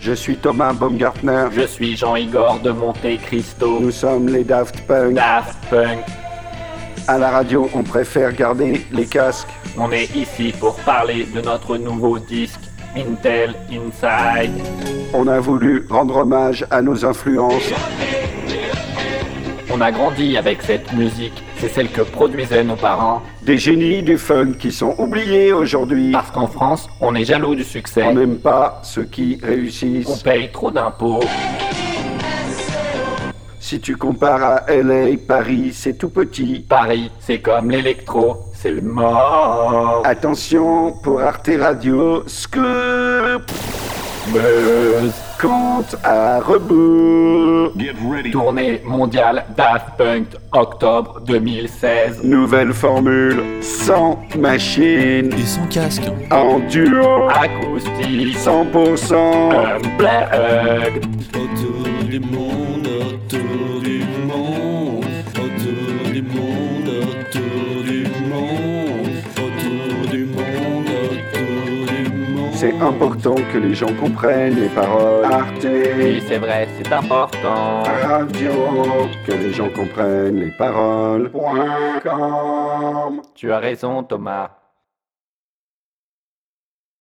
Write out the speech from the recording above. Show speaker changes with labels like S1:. S1: Je suis Thomas Baumgartner.
S2: Je suis Jean-Igor de Monte Cristo.
S1: Nous sommes les Daft Punk.
S2: Daft Punk.
S1: À la radio, on préfère garder les casques.
S2: On est ici pour parler de notre nouveau disque Intel Inside.
S1: On a voulu rendre hommage à nos influences.
S2: On a grandi avec cette musique. C'est celle que produisaient nos parents.
S1: Des génies du fun qui sont oubliés aujourd'hui.
S2: Parce qu'en France, on est jaloux du succès.
S1: On n'aime pas ceux qui
S2: On
S1: réussissent.
S2: paye trop d'impôts.
S1: Si tu compares à LA, Paris, c'est tout petit.
S2: Paris, c'est comme l'électro, c'est le mort.
S1: Attention pour Arte Radio, ce que
S2: Buzz.
S1: compte à rebours.
S3: Get ready.
S2: Tournée mondiale Daft Punk, octobre 2016.
S1: Nouvelle formule, sans machine,
S4: Et sans casque.
S1: en duo,
S2: Acoustique.
S1: 100%.
S2: Unplugged.
S4: Autour du monde, autour du monde, autour du monde, autour du monde, autour du monde, autour du monde.
S1: C'est important que les gens comprennent les paroles. Arte,
S2: Oui, c'est vrai, c'est important.
S1: radio, que les gens comprennent les paroles. Point com.
S2: Tu as raison, Thomas.